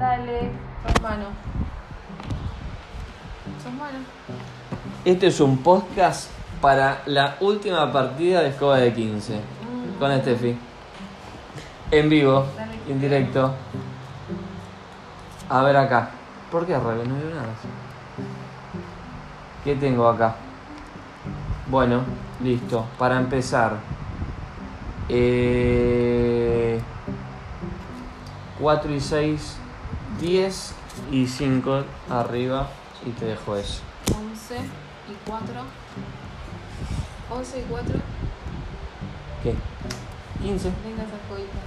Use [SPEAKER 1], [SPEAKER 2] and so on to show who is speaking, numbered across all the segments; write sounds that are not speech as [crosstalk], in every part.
[SPEAKER 1] Alex, sos mano. Sos mano.
[SPEAKER 2] Este es un podcast para la última partida de Escoba de 15
[SPEAKER 1] Mm.
[SPEAKER 2] con Estefi. En vivo,
[SPEAKER 1] Dale.
[SPEAKER 2] en directo. A ver acá. ¿Por qué al revés? No veo nada. ¿Qué tengo acá? Bueno, listo. Para empezar. Eh, 4 y 6, 10 y 5 arriba. Y te dejo eso.
[SPEAKER 1] 11 y 4. 11 y 4.
[SPEAKER 2] ¿Qué? 15.
[SPEAKER 1] Venga esa joyita.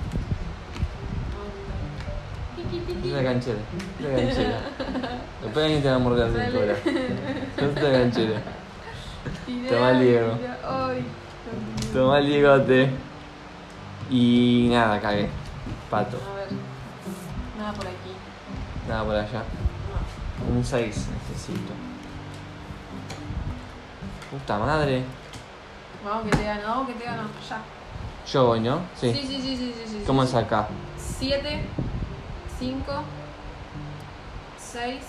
[SPEAKER 2] La
[SPEAKER 1] [laughs]
[SPEAKER 2] canchera. La canchera. Lo pegan y te dan morder la
[SPEAKER 1] Dale.
[SPEAKER 2] cintura. Es la canchera.
[SPEAKER 1] Tirá,
[SPEAKER 2] Tomá el Diego.
[SPEAKER 1] tirá. Ay, Dios mío.
[SPEAKER 2] Toma el ligote. Y nada, cagué. Pato.
[SPEAKER 1] A ver. Nada por aquí.
[SPEAKER 2] Nada por allá.
[SPEAKER 1] No.
[SPEAKER 2] Un 6 necesito. Puta madre.
[SPEAKER 1] Vamos que te gano, vamos que te gano. Ya.
[SPEAKER 2] Yo voy, ¿no? Sí.
[SPEAKER 1] Sí, sí, sí, sí, sí, sí.
[SPEAKER 2] ¿Cómo
[SPEAKER 1] sí.
[SPEAKER 2] es acá?
[SPEAKER 1] 7, 5, 6,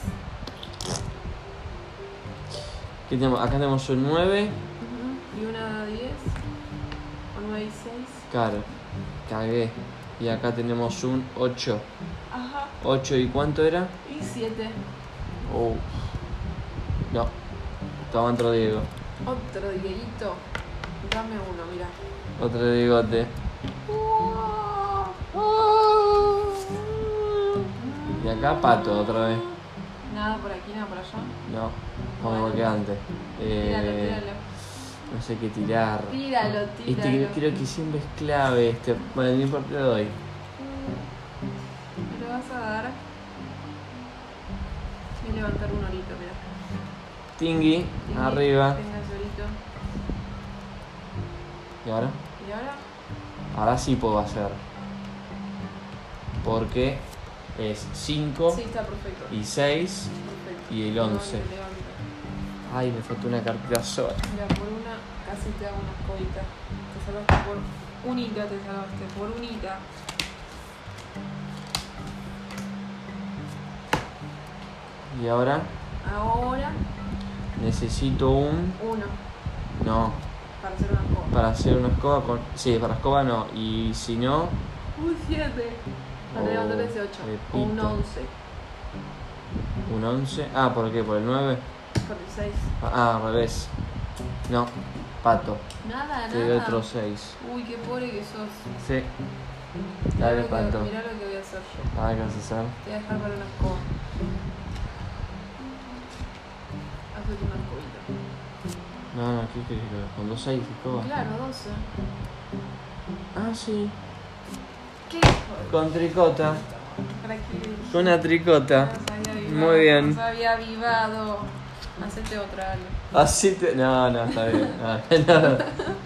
[SPEAKER 2] ¿Qué tenemos? Acá tenemos un 9.
[SPEAKER 1] y una 10, o 9 y 6.
[SPEAKER 2] Claro. Cagué. Y acá tenemos un 8.
[SPEAKER 1] Ajá,
[SPEAKER 2] 8 y cuánto era?
[SPEAKER 1] y 7.
[SPEAKER 2] Oh. No. Toma otro Diego.
[SPEAKER 1] Otro dieguito. Dame uno, mira.
[SPEAKER 2] Otro bigote. Y acá pato otra vez.
[SPEAKER 1] Nada por aquí, nada por allá.
[SPEAKER 2] No, como que antes.
[SPEAKER 1] Tíralo,
[SPEAKER 2] Eh,
[SPEAKER 1] tíralo.
[SPEAKER 2] No sé qué tirar.
[SPEAKER 1] Tíralo,
[SPEAKER 2] Este
[SPEAKER 1] tíralo.
[SPEAKER 2] creo, creo que siempre es clave este. Bueno, no importa lo doy.
[SPEAKER 1] Me lo vas a dar. Voy a levantar un orito, mira.
[SPEAKER 2] Tingui,
[SPEAKER 1] Tiene-
[SPEAKER 2] arriba.
[SPEAKER 1] Tenga su orito.
[SPEAKER 2] Y ahora,
[SPEAKER 1] Y ahora,
[SPEAKER 2] ahora sí puedo hacer. Porque es 5
[SPEAKER 1] sí, está perfecto.
[SPEAKER 2] Oh. y 6
[SPEAKER 1] Perfecto.
[SPEAKER 2] y el
[SPEAKER 1] Levanta,
[SPEAKER 2] 11.
[SPEAKER 1] levanta.
[SPEAKER 2] Ay, me faltó una cartita sola.
[SPEAKER 1] Mira, por una casi te hago una escobita. Te salvaste por unita, te salvaste por unita.
[SPEAKER 2] Y ahora
[SPEAKER 1] Ahora,
[SPEAKER 2] necesito un.
[SPEAKER 1] uno
[SPEAKER 2] No,
[SPEAKER 1] para hacer una escoba.
[SPEAKER 2] para hacer una escoba con. Sí, para escoba no. Y si no,
[SPEAKER 1] Un 7. Para
[SPEAKER 2] Oh,
[SPEAKER 1] levantar ese 8. Un
[SPEAKER 2] repito.
[SPEAKER 1] 11.
[SPEAKER 2] un 11. Ah, ¿por qué? ¿Por el 9?
[SPEAKER 1] Por el 6.
[SPEAKER 2] Ah, al revés. No, pato.
[SPEAKER 1] Nada,
[SPEAKER 2] Te doy
[SPEAKER 1] nada.
[SPEAKER 2] otro 6.
[SPEAKER 1] Uy, qué pobre que sos.
[SPEAKER 2] Sí.
[SPEAKER 1] Mirá
[SPEAKER 2] Dale,
[SPEAKER 1] lo que-
[SPEAKER 2] pato.
[SPEAKER 1] Mirá lo que voy a hacer yo.
[SPEAKER 2] A ver qué vas a hacer.
[SPEAKER 1] Te voy a dejar para una escoba. Hacete una escobita.
[SPEAKER 2] No, no, ¿qué querés que haga? Con dos 6 y todo.
[SPEAKER 1] Claro, 12.
[SPEAKER 2] Ah, sí.
[SPEAKER 1] ¿Qué hijo?
[SPEAKER 2] Con tricota.
[SPEAKER 1] Para que
[SPEAKER 2] Con una tricota.
[SPEAKER 1] Nos había avivado,
[SPEAKER 2] Muy bien.
[SPEAKER 1] Nos había avivado. Hacete otra, Ale.
[SPEAKER 2] Así te. No, no, está
[SPEAKER 1] [laughs]
[SPEAKER 2] bien. No, no.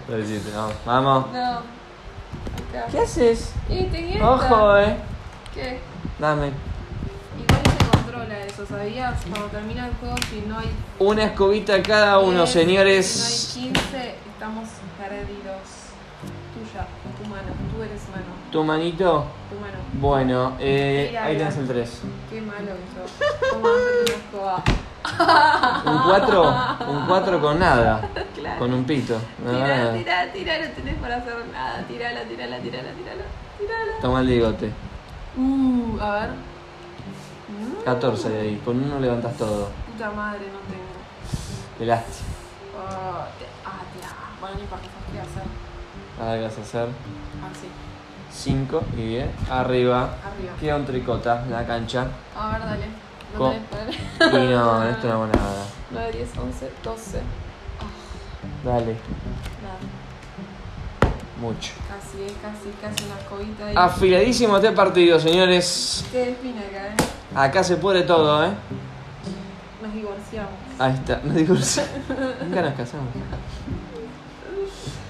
[SPEAKER 2] Lo hiciste, no. Vamos.
[SPEAKER 1] No. Acá.
[SPEAKER 2] ¿Qué haces?
[SPEAKER 1] Y te
[SPEAKER 2] Ojo, eh.
[SPEAKER 1] ¿Qué?
[SPEAKER 2] Dame.
[SPEAKER 1] Igual se controla eso, ¿sabías? Cuando termina el juego, si no hay.
[SPEAKER 2] Una escobita cada uno,
[SPEAKER 1] 10,
[SPEAKER 2] Ah, señores.
[SPEAKER 1] Si no hay 15, estamos perdidos. Tuya, tu mano. Tú eres mano.
[SPEAKER 2] ¿Tu manito?
[SPEAKER 1] Tu mano.
[SPEAKER 2] Bueno, eh,
[SPEAKER 1] Mira,
[SPEAKER 2] ahí
[SPEAKER 1] mira.
[SPEAKER 2] tenés el 3.
[SPEAKER 1] Qué malo que sos. [laughs] Como haces una escoba.
[SPEAKER 2] Un 4, un 4 con nada.
[SPEAKER 1] Claro.
[SPEAKER 2] Con un pito. No,
[SPEAKER 1] Tirala,
[SPEAKER 2] nada.
[SPEAKER 1] tirala, tirala. No tenés para hacer nada. Tirala, tirala, tirala, tirala. Tirala.
[SPEAKER 2] Toma el bigote.
[SPEAKER 1] Uh, a ver. Mm,
[SPEAKER 2] 14 de ahí. Con uno levantas todo.
[SPEAKER 1] puta madre, no tengo.
[SPEAKER 2] Qué lástima.
[SPEAKER 1] Ah, te- ah, te ah, Bueno, no importa, ¿sabes qué voy a hacer? Ah,
[SPEAKER 2] Ahora que vas a hacer
[SPEAKER 1] Así,
[SPEAKER 2] 5 y 10. Arriba.
[SPEAKER 1] arriba.
[SPEAKER 2] Queda un tricota en la cancha.
[SPEAKER 1] A ver, dale. No
[SPEAKER 2] Co-
[SPEAKER 1] tenés poder. [laughs]
[SPEAKER 2] Y no, esto no hago nada.
[SPEAKER 1] 9, 10, 11, 12.
[SPEAKER 2] Dale.
[SPEAKER 1] Nada,
[SPEAKER 2] Mucho.
[SPEAKER 1] casi, eh, casi, casi una escobita ahí.
[SPEAKER 2] Afiladísimo este partido, señores.
[SPEAKER 1] Qué espina acá, eh.
[SPEAKER 2] Acá se pudre todo, ¿eh?
[SPEAKER 1] Nos divorciamos.
[SPEAKER 2] Ahí está. No digo Nunca nos casamos.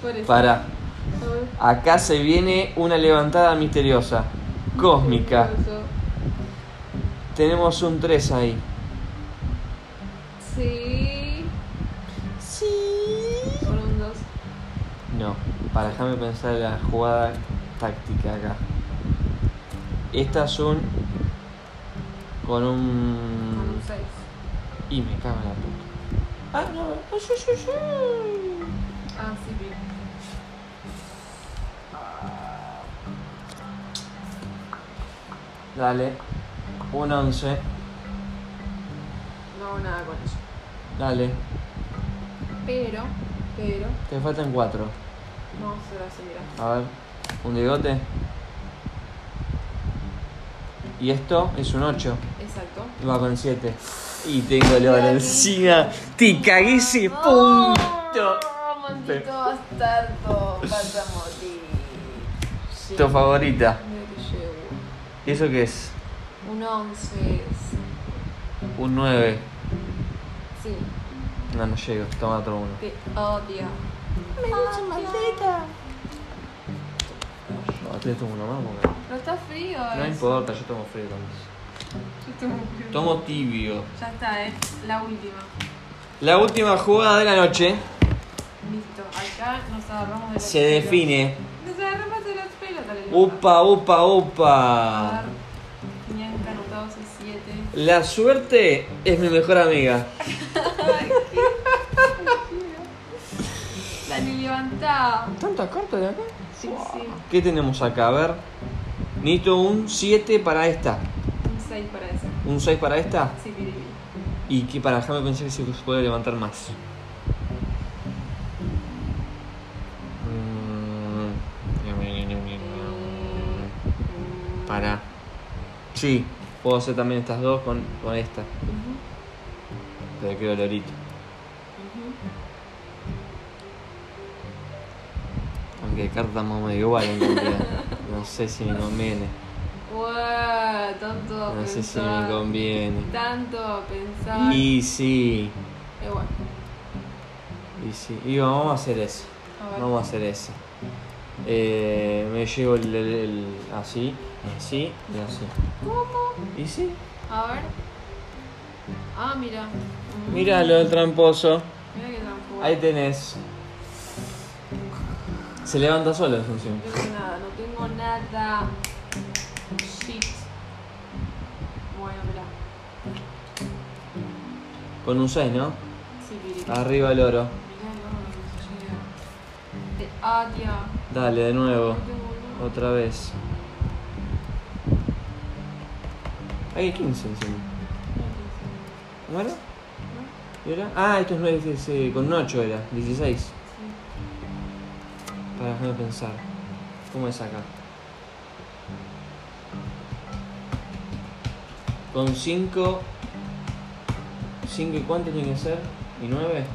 [SPEAKER 1] Por eso.
[SPEAKER 2] Pará.
[SPEAKER 1] A ver.
[SPEAKER 2] Acá se viene una levantada misteriosa. Cósmica. Tenemos un 3 ahí.
[SPEAKER 1] Sí.
[SPEAKER 2] Sí.
[SPEAKER 1] Por un 2.
[SPEAKER 2] No, para dejarme pensar la jugada táctica acá. Esta es un
[SPEAKER 1] Con
[SPEAKER 2] con un.
[SPEAKER 1] un 6.
[SPEAKER 2] Y me cago en la puta. Ah, no, ah, sí, sí, sí.
[SPEAKER 1] Ah, sí, bien.
[SPEAKER 2] Dale, un 11.
[SPEAKER 1] No hago nada con eso.
[SPEAKER 2] Dale,
[SPEAKER 1] Pero, pero,
[SPEAKER 2] te faltan 4.
[SPEAKER 1] no se la seguirá.
[SPEAKER 2] A ver, un bigote. Y esto es un 8.
[SPEAKER 1] Exacto.
[SPEAKER 2] Y va con 7. Y tengo el oro encima. Te cagué ese punto.
[SPEAKER 1] ¡Oh, maldito bastardo! Vas a morir. Sí.
[SPEAKER 2] Tu favorita.
[SPEAKER 1] Mira que llevo.
[SPEAKER 2] ¿Y eso qué es?
[SPEAKER 1] Un 11. es-
[SPEAKER 2] Un 9.
[SPEAKER 1] Sí,
[SPEAKER 2] No, no llego. Toma otro uno.
[SPEAKER 1] te odio.
[SPEAKER 2] No, te tomo uno más porque-
[SPEAKER 1] No está frío,
[SPEAKER 2] No
[SPEAKER 1] es-
[SPEAKER 2] importa, yo tomo frío también.
[SPEAKER 1] Yo tomo frío.
[SPEAKER 2] Tomo tibio.
[SPEAKER 1] Ya está, es la última.
[SPEAKER 2] La última jugada de la noche
[SPEAKER 1] Listo, acá nos agarramos de los
[SPEAKER 2] se
[SPEAKER 1] pelos.
[SPEAKER 2] define.
[SPEAKER 1] Nos agarramos de los pelos, dale. loca.
[SPEAKER 2] Upa, upa,
[SPEAKER 1] A
[SPEAKER 2] upa.
[SPEAKER 1] ver, 500 anotados y 7.
[SPEAKER 2] La suerte es mi mejor amiga.
[SPEAKER 1] Dani, levantá.
[SPEAKER 2] ¿Tantas cartas de acá?
[SPEAKER 1] Sí, sí.
[SPEAKER 2] ¿Qué tenemos acá? A ver. Necesito un 7 para esta.
[SPEAKER 1] Un 6 para esa.
[SPEAKER 2] Un 6 para esta.
[SPEAKER 1] Sí, piribiri.
[SPEAKER 2] Y que para dejarme pensar que se puede levantar más. Mm. Para. Sí, puedo hacer también estas dos con, con esta.
[SPEAKER 1] Ujú,
[SPEAKER 2] Pero qué dolorito.
[SPEAKER 1] ujú.
[SPEAKER 2] Aunque cartas más o menos igual en realidad. No sé si me conviene.
[SPEAKER 1] Guau, tanto
[SPEAKER 2] No sé si me
[SPEAKER 1] pensar.
[SPEAKER 2] conviene.
[SPEAKER 1] Tanto pensar. Eh,
[SPEAKER 2] Y sí.
[SPEAKER 1] Igual.
[SPEAKER 2] Y sí. Y vamos a hacer eso.
[SPEAKER 1] A ver.
[SPEAKER 2] Vamos a hacer eso. Eh, me llevo el, el- el- así, así y así.
[SPEAKER 1] ¿Cómo?
[SPEAKER 2] Y sí.
[SPEAKER 1] A ver. Ah, mira. Mm.
[SPEAKER 2] Míralo, el tramposo.
[SPEAKER 1] Mira que tampoco.
[SPEAKER 2] Ahí tenés. Se levanta solo la función.
[SPEAKER 1] No tengo nada, no tengo nada. Shit. Bueno, mirá.
[SPEAKER 2] Con un 6, ¿no?
[SPEAKER 1] Sí, Piri.
[SPEAKER 2] Arriba el oro.
[SPEAKER 1] Mirá, no, no se llega. Te odio.
[SPEAKER 2] Dale, de nuevo.
[SPEAKER 1] No tengo nada.
[SPEAKER 2] Otra vez. Hay 15 encima. ¿No era? ¿Y era? Ah, esto es 9, con 8 era. 16.
[SPEAKER 1] Sí.
[SPEAKER 2] Para déjame pensar. ¿Cómo es acá? Con 5. 5 y cuánto tiene que ser? ¿Y 9?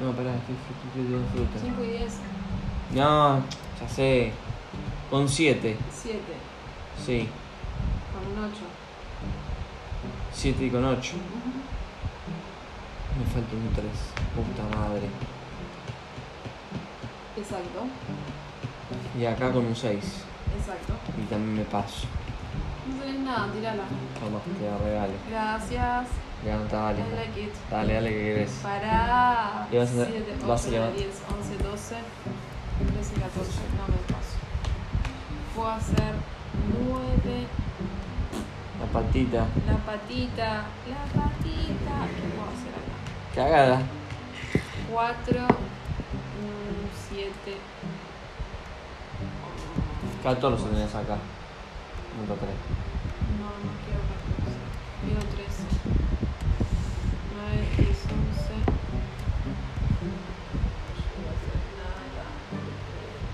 [SPEAKER 2] No, pará, estoy fruta. fruta.
[SPEAKER 1] 5 y 10,
[SPEAKER 2] No, ya sé. Con 7,
[SPEAKER 1] 7.
[SPEAKER 2] sí.
[SPEAKER 1] Con un 8.
[SPEAKER 2] 7 y con 8. Me falta un 3. Puta madre.
[SPEAKER 1] Exacto,
[SPEAKER 2] Y acá con un 6.
[SPEAKER 1] exacto.
[SPEAKER 2] Y también me paso.
[SPEAKER 1] No tenés nada, tirala.
[SPEAKER 2] Toma, te la regalo.
[SPEAKER 1] Gracias.
[SPEAKER 2] Levanta,
[SPEAKER 1] I
[SPEAKER 2] dale.
[SPEAKER 1] like it.
[SPEAKER 2] Dale, dale, que querés.
[SPEAKER 1] Pará.
[SPEAKER 2] Le vas a-
[SPEAKER 1] 7,
[SPEAKER 2] vas a
[SPEAKER 1] 8,
[SPEAKER 2] levantar.
[SPEAKER 1] 10, 11, 12, 13, 14. No me paso. Puedo hacer 9.
[SPEAKER 2] La patita.
[SPEAKER 1] La patita. La patita. ¿Qué puedo hacer acá?
[SPEAKER 2] Cagada.
[SPEAKER 1] 4, 7.
[SPEAKER 2] 14 tenés acá. Nunca 3.
[SPEAKER 1] No, no quiero 14. Quiero 13. 9, 10, 11.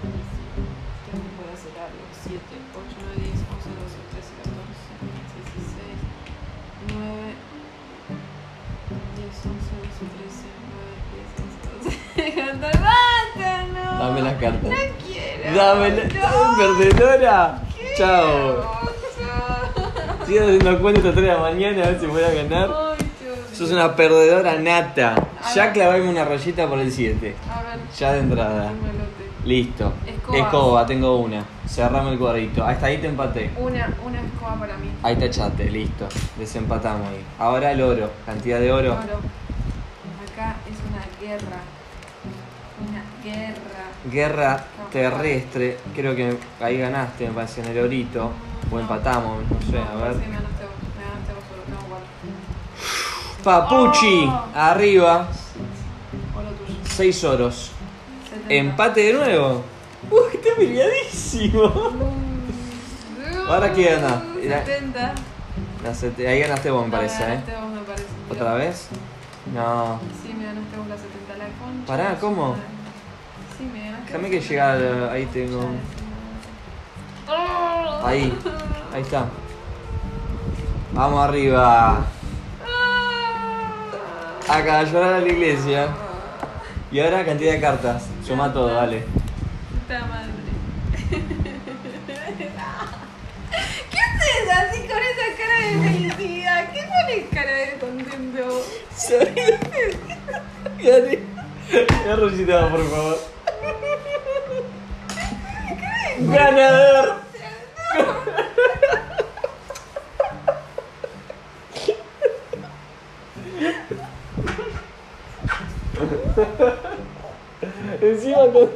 [SPEAKER 1] Tengo que poder hacer algo. 7, 8, 9, 10, 11, 12, 13, 14, 16, 9, 10, 11, 12, 13, [laughs] 9, 10, 11, 12. ¡Cantar basta! ¡No!
[SPEAKER 2] Dame las cartas.
[SPEAKER 1] ¡No quiero!
[SPEAKER 2] Dame la. [laughs]
[SPEAKER 1] ¡No!
[SPEAKER 2] ¡Perdedora!
[SPEAKER 1] quiero.
[SPEAKER 2] ¡Chao! Sigo haciendo cuenta hasta 3 de la mañana a ver si voy a ganar.
[SPEAKER 1] Ay, Dios
[SPEAKER 2] Sos
[SPEAKER 1] mío.
[SPEAKER 2] una perdedora nata.
[SPEAKER 1] A
[SPEAKER 2] Ya
[SPEAKER 1] ver.
[SPEAKER 2] clavame una rayita por el 7.
[SPEAKER 1] A ver,
[SPEAKER 2] Ya de entrada.
[SPEAKER 1] un elote.
[SPEAKER 2] Listo.
[SPEAKER 1] Escobas.
[SPEAKER 2] Escoba, tengo una. Cerrame el cuadrito. Hasta ahí te empaté.
[SPEAKER 1] Una, una escoba para mí.
[SPEAKER 2] Ahí tachate, listo. Desempatamos ahí. Ahora el oro. Cantidad de oro.
[SPEAKER 1] Oro. Acá es una guerra. Una guerra.
[SPEAKER 2] Guerra terrestre. Creo que ahí ganaste, me parece, en el orito. O empatamos, no sé, a ver.
[SPEAKER 1] Sí, me ganaste vos. Me ganaste vos por
[SPEAKER 2] Papuchi,
[SPEAKER 1] Oh.
[SPEAKER 2] arriba,
[SPEAKER 1] Hola tuyo.
[SPEAKER 2] 6 oros.
[SPEAKER 1] 70.
[SPEAKER 2] Empate de nuevo. Uy, está peleadísimo.
[SPEAKER 1] Uh,
[SPEAKER 2] Ahora qué gana. Era-
[SPEAKER 1] 70.
[SPEAKER 2] La sete- Ahí ganaste vos, me
[SPEAKER 1] No,
[SPEAKER 2] parece,
[SPEAKER 1] me
[SPEAKER 2] ¿eh?
[SPEAKER 1] ganaste vos, me parece.
[SPEAKER 2] ¿Otra vez? No.
[SPEAKER 1] Sí, me ganaste vos la 70 la concha.
[SPEAKER 2] Pará, ¿cómo?
[SPEAKER 1] Sí, me ganaste.
[SPEAKER 2] Déjame
[SPEAKER 1] vos
[SPEAKER 2] que
[SPEAKER 1] la
[SPEAKER 2] llegue al-
[SPEAKER 1] 70,
[SPEAKER 2] ahí
[SPEAKER 1] la
[SPEAKER 2] tengo.
[SPEAKER 1] concha de su madre.
[SPEAKER 2] Ahí. Ahí está. Vamos arriba. Acá, a llorar a la iglesia. Y ahora cantidad de cartas. Suma todo, dale.
[SPEAKER 1] Puta madre. [laughs] ¿Qué haces así con esa cara de felicidad? ¿Qué pones cara de contento?
[SPEAKER 2] Gané. Ya recitaba, por favor. Ganador. [laughs] Encima con,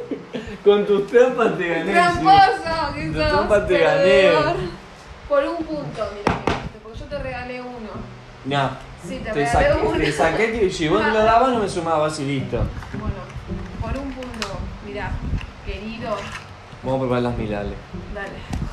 [SPEAKER 2] con tus trampas te gané.
[SPEAKER 1] Tramposo, que
[SPEAKER 2] Tu
[SPEAKER 1] sos.
[SPEAKER 2] trampa te gané.
[SPEAKER 1] perdedor. Por un punto, mira, me ganaste, porque yo te regalé uno.
[SPEAKER 2] No.
[SPEAKER 1] Sí, te
[SPEAKER 2] Te
[SPEAKER 1] regalé
[SPEAKER 2] saqué,
[SPEAKER 1] uno.
[SPEAKER 2] te saqué que si vos no lo dabas no me sumabas y listo.
[SPEAKER 1] Bueno, por un punto, mira, querido,
[SPEAKER 2] Vamos a preparar las mil, dale.
[SPEAKER 1] dale.